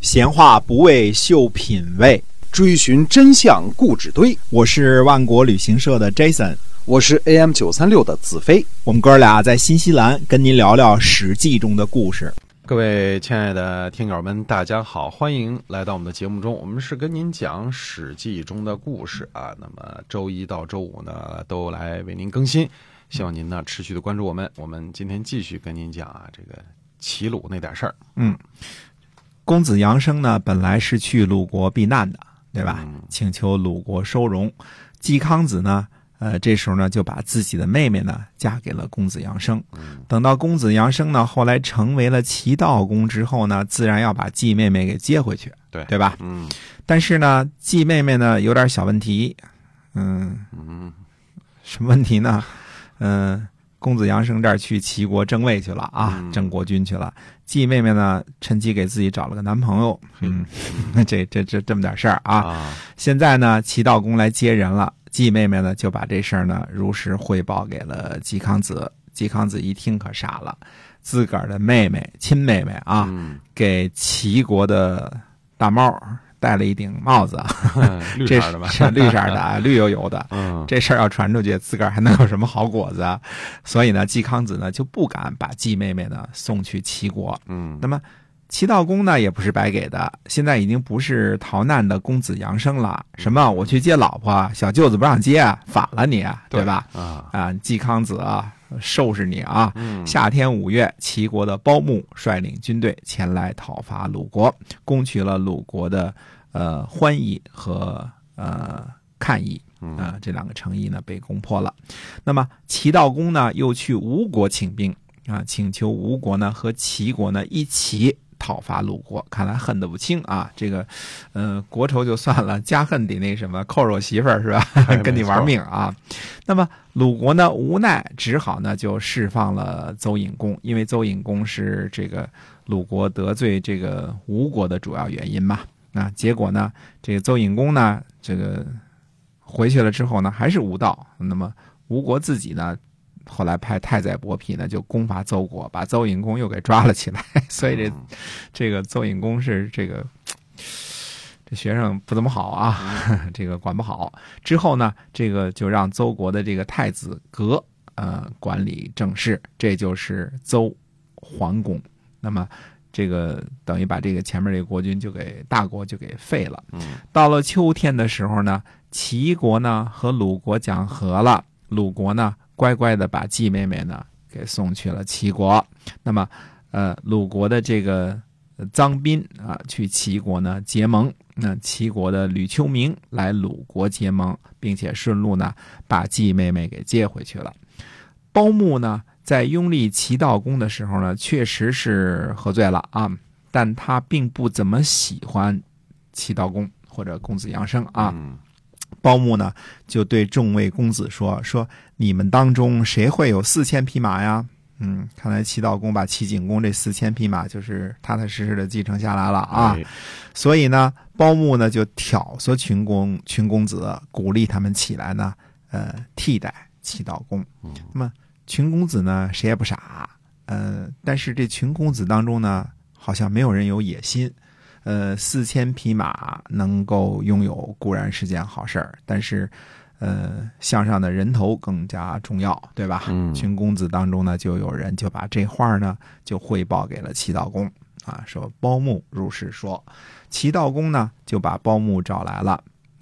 闲话不为秀品味，追寻真相故纸堆。我是万国旅行社的 Jason，我是 AM 九三六的子飞。我们哥俩在新西兰跟您聊聊《史记》中的故事。各位亲爱的听友们，大家好，欢迎来到我们的节目中。我们是跟您讲《史记》中的故事啊。那么周一到周五呢，都来为您更新，希望您呢持续的关注我们。我们今天继续跟您讲啊，这个齐鲁那点事儿。嗯，公子阳生呢，本来是去鲁国避难的，对吧？嗯请求鲁国收容。季康子呢，呃，这时候呢就把自己的妹妹呢嫁给了公子阳生。嗯等到公子阳生呢后来成为了齐悼公之后呢，自然要把季妹妹给接回去，对对吧？嗯但是呢，季妹妹呢有点小问题，嗯，嗯什么问题呢？嗯、公子阳生这儿去齐国争位去了啊嗯，争国君去了。季妹妹呢，趁机给自己找了个男朋友，嗯， 这这这这么点事儿啊。啊现在呢，齐悼公来接人了，季妹妹呢就把这事儿呢如实汇报给了季康子。季康子一听可傻了，自个儿的妹妹，亲妹妹啊，嗯，给齐国的大帽儿戴了一顶帽子啊，嗯绿这色儿的吧？是 绿色儿的 啊，绿油油的。嗯，这事儿要传出去，自个儿还能有什么好果子？啊？所以呢，季康子呢就不敢把季妹妹呢送去齐国。嗯那么，齐悼公呢也不是白给的，现在已经不是逃难的公子阳生了。什么？我去接老婆，小舅子不让接啊，反了你啊，对吧？啊，啊，季康子啊，收拾你啊！嗯夏天五月，齐国的包牧率领军队前来讨伐鲁国，攻取了鲁国的呃欢邑和呃看邑嗯啊、这两个城邑呢被攻破了。那么齐悼公呢又去吴国请兵啊，请求吴国呢和齐国呢一起。讨伐鲁国，看来恨得不轻啊！这个，呃，国仇就算了，家恨得那什么，扣着我媳妇儿是吧？哎跟你没错玩命啊！那么鲁国呢，无奈只好呢就释放了邹隐公，因为邹隐公是这个鲁国得罪这个吴国的主要原因嘛。那结果呢，这个邹隐公呢，这个回去了之后呢，还是无道。那么吴国自己呢，后来派太宰伯嚭呢就攻伐邹国，把邹隐公又给抓了起来。 所以这嗯这个邹隐公是这个这学生不怎么好啊。 这个管不好。之后呢，这个就让邹国的这个太子革呃管理政事，这就是邹桓公。那么这个等于把这个前面这个国君就给大国就给废了。嗯到了秋天的时候呢，齐国呢和鲁国讲和了，鲁国呢乖乖的把季妹妹呢给送去了齐国。那么，呃，鲁国的这个呃臧斌啊去齐国呢结盟，那齐国的吕秋明来鲁国结盟，并且顺路呢把季妹妹给接回去了。包牧呢在拥立齐悼公的时候呢，确实是喝醉了啊，但他并不怎么喜欢齐悼公或者公子阳生啊。嗯包牧呢就对众位公子说：“说你们当中谁会有四千匹马呀？”嗯，看来齐悼公把齐景公这四千匹马就是踏踏实实的继承下来了啊。哎所以呢，包牧呢就挑唆群公群公子，鼓励他们起来呢，呃，替代齐悼公。嗯那么群公子呢，谁也不傻，呃，但是这群公子当中呢，好像没有人有野心。呃，四千匹马能够拥有固然是件好事儿，但是，呃，项上的人头更加重要，对吧？嗯群公子当中呢，就有人就把这话呢就汇报给了齐悼公啊，说包牧如是说。齐悼公呢就把包牧找来了，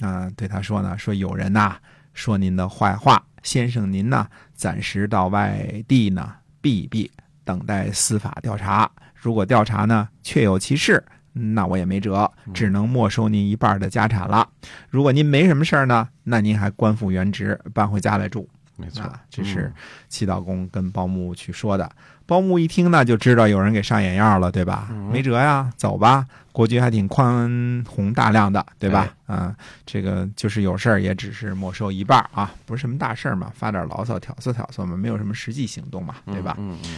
啊、对他说呢，说有人呐、说您的坏话，先生您呢暂时到外地呢避一避，等待司法调查。如果调查呢确有其事，那我也没辙，只能没收您一半的家产了。如果您没什么事儿呢，那您还官复原职，搬回家来住。没错啊，这是祈祷公跟包牧去说的。包牧一听呢，就知道有人给上眼药了，对吧？嗯没辙呀，走吧。国君还挺宽宏大量的，对吧？嗯、这个就是有事儿也只是没收一半儿啊，不是什么大事儿嘛，发点牢骚挑唆挑唆嘛，没有什么实际行动嘛，嗯对吧？嗯嗯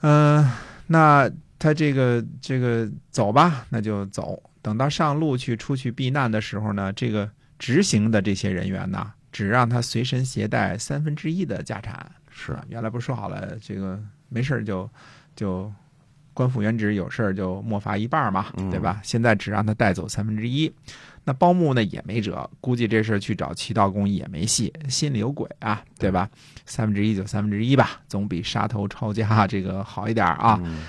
嗯、那他这个这个走吧，那就走。等到上路去出去避难的时候呢，这个执行的这些人员呢，只让他随身携带三分之一的家产。是啊，原来不是说好了，这个没事儿就就官复原职有事儿就莫罚一半儿嘛，嗯对吧？现在只让他带走三分之一。那包牧呢也没辙，估计这事儿去找齐悼公也没戏，心里有鬼啊，对吧？三分之一就三分之一吧，总比杀头抄家 这个好一点儿啊。嗯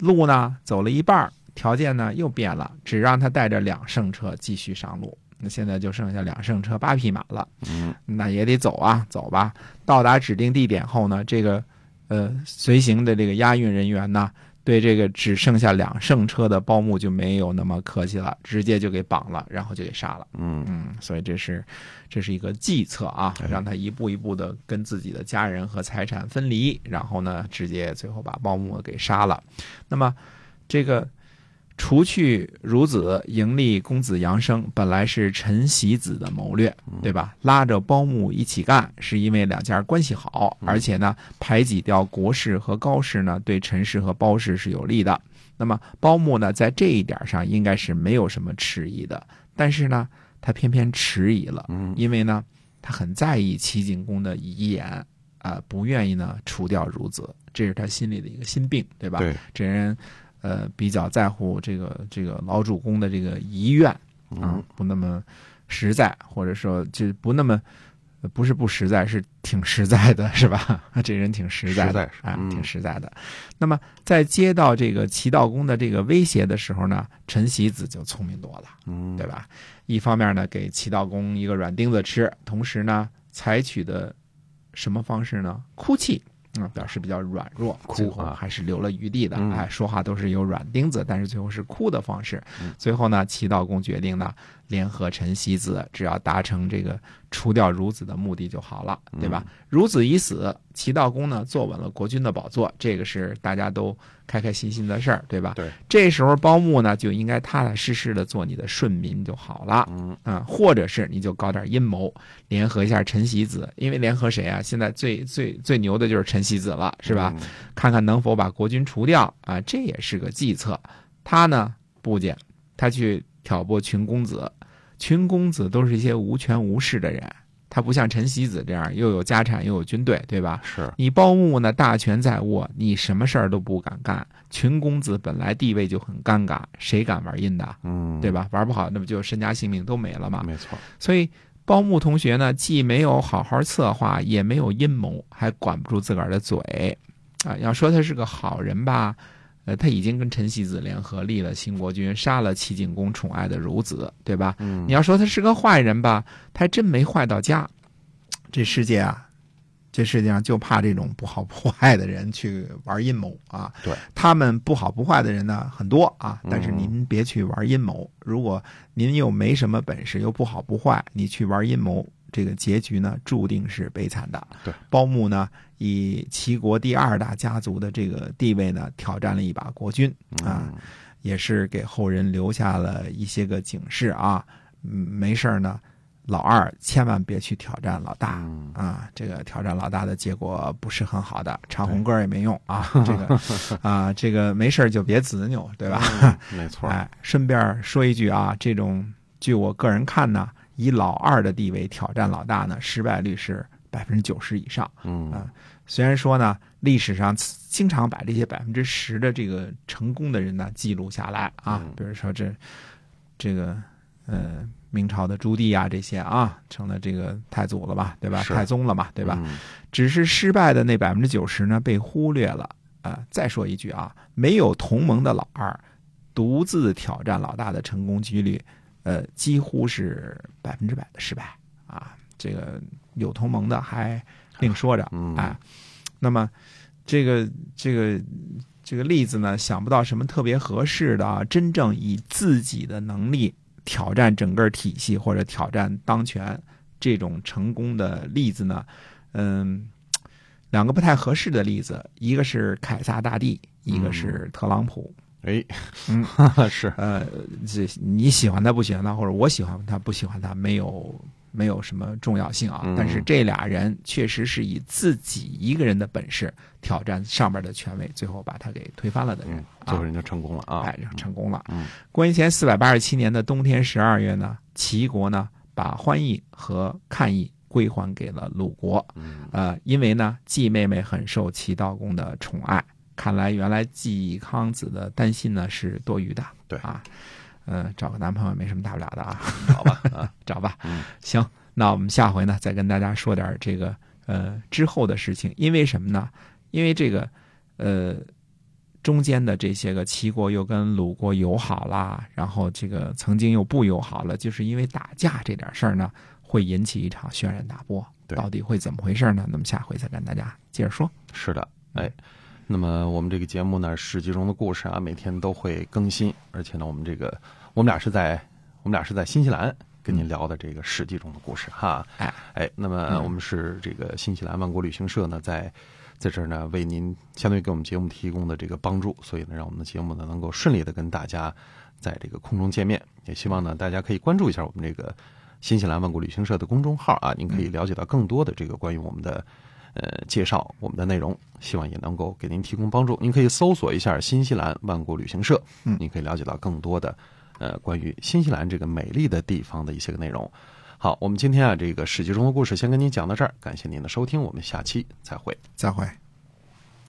路呢走了一半儿，条件呢又变了，只让他带着两胜车继续上路。那现在就剩下两胜车八匹马了，嗯，那也得走啊，走吧。到达指定地点后呢，这个呃随行的这个押运人员呢，对这个只剩下两胜车的包牧就没有那么客气了，直接就给绑了，然后就给杀了。嗯，嗯，所以这是这是一个计策啊哎，让他一步一步的跟自己的家人和财产分离，然后呢，直接最后把包牧给杀了。那么这个。除去孺子盈利公子杨生，本来是陈喜子的谋略，嗯对吧？拉着包牧一起干，是因为两家关系好，嗯而且呢，排挤掉国氏和高氏呢，对陈氏和包氏是有利的。那么包牧呢，在这一点上应该是没有什么迟疑的，但是呢，他偏偏迟疑了，嗯因为呢，他很在意齐景公的遗言，啊、不愿意呢除掉孺子，这是他心里的一个心病，对吧？对，这人，呃，比较在乎这个这个老主公的这个遗愿啊嗯，不那么实在，或者说就不那么。呃不是不实在，是挺实在的，是吧？ 这人挺实在的，实在是啊，嗯挺实在的。那么在接到这个齐悼公的这个威胁的时候呢，陈喜子就聪明多了。嗯，对？吧？一方面呢，给齐悼公一个软钉子吃，同时呢，采取的什么方式呢？哭泣。嗯，表示比较软弱，哭最后啊还是留了余地的。嗯哎，说话都是有软钉子，但是最后是哭的方式。嗯最后呢，齐悼公决定呢，联合陈喜子，只要达成这个除掉孺子的目的就好了，对吧？嗯孺子已死，齐悼公呢坐稳了国君的宝座，这个是大家都开开心心的事儿，对吧？对，这时候包牧呢就应该踏踏实实的做你的顺民就好了。嗯啊，或者是你就搞点阴谋，联合一下陈喜子，因为联合谁啊？现在最最最牛的就是陈喜子了，是嗯吧？？看看能否把国君除掉啊，这也是个计策。他呢，不见他去挑拨群公子，群公子都是一些无权无势的人，他不像陈喜子这样又有家产又有军队，对吧？是，你包牧呢，大权在握，你什么事儿都不敢干。群公子本来地位就很尴尬，谁敢玩阴的，嗯，对？吧？玩不好，那不就身家性命都没了吗？没错，所以包牧同学呢，既没有好好策划，也没有阴谋，还管不住自个儿的嘴啊。要说他是个好人吧，呃，他已经跟陈喜子联合立了新国君，杀了齐景公宠爱的孺子，对吧？嗯你要说他是个坏人吧，他还真没坏到家。这世界啊，这世界上就怕这种不好不坏的人去玩阴谋啊。对，他们不好不坏的人呢很多啊，嗯但是您别去玩阴谋。如果您又没什么本事，又不好不坏，你去玩阴谋，这个结局呢注定是悲惨的。对，包牧呢以齐国第二大家族的这个地位呢，挑战了一把国君啊。嗯也是给后人留下了一些个警示啊。嗯，没事儿呢，老二千万别去挑战老大嗯啊，这个挑战老大的结果不是很好的，唱红歌也没用啊。这个啊，这个没事儿就别执拗，对吧？嗯没错，哎，顺便说一句啊，这种据我个人看呢，以老二的地位挑战老大呢，失败率是百分之九十以上。嗯啊虽然说呢，历史上经常把这些百分之十的这个成功的人呢记录下来啊嗯，比如说这这个呃明朝的朱棣啊这些啊，成了这个太祖了吧，对吧？是太宗了嘛，对吧？嗯只是失败的那百分之九十呢被忽略了啊、呃再说一句啊，没有同盟的老二，独自挑战老大的成功几率，呃，几乎是百分之百的失败啊。这个有同盟的还另说着，嗯哎，那么这个这个这个例子呢，想不到什么特别合适的啊，真正以自己的能力挑战整个体系或者挑战当权这种成功的例子呢，嗯，两个不太合适的例子，一个是凯撒大帝，一个是特朗普。嗯哎，是，呃，这你喜欢他不喜欢他，或者我喜欢他不喜欢他，没有没有什么重要性啊。嗯但是这俩人确实是以自己一个人的本事挑战上面的权威，最后把他给推翻了的人嗯，啊最后人家成功了啊哎，，就成功了。嗯公元前四百八十七年的冬天十二月呢，齐国呢把欢邑和看邑归还给了鲁国。嗯呃，因为呢，季妹妹很受齐悼公的宠爱，看来原来季康子的担心呢是多余的。对啊，呃，找个男朋友没什么大不了的啊， 好吧啊， 找吧。嗯行，那我们下回呢再跟大家说点这个呃之后的事情，因为什么呢？因为这个呃中间的这些个齐国又跟鲁国友好啦，然后这个曾经又不友好了，就是因为打架这点事儿呢，会引起一场轩然大波。对到底会怎么回事呢？那么下回再跟大家接着说。是的，哎，那么我们这个节目呢，史记中的故事啊，每天都会更新，而且呢，我们这个我们俩是在我们俩是在新西兰跟您聊的这个史记中的故事哈，哎哎，那么嗯我们是这个新西兰万国旅行社呢，在在这儿呢为您相当于给我们节目提供的这个帮助，所以呢，让我们的节目呢能够顺利的跟大家在这个空中见面，也希望呢大家可以关注一下我们这个新西兰万国旅行社的公众号啊，您可以了解到更多的这个关于我们的呃介绍我们的内容，希望也能够给您提供帮助。您可以搜索一下新西兰万国旅行社，嗯您可以了解到更多的呃关于新西兰这个美丽的地方的一些个内容。好，我们今天啊这个史记中的故事先跟您讲到这儿，感谢您的收听，我们下期再会。再会。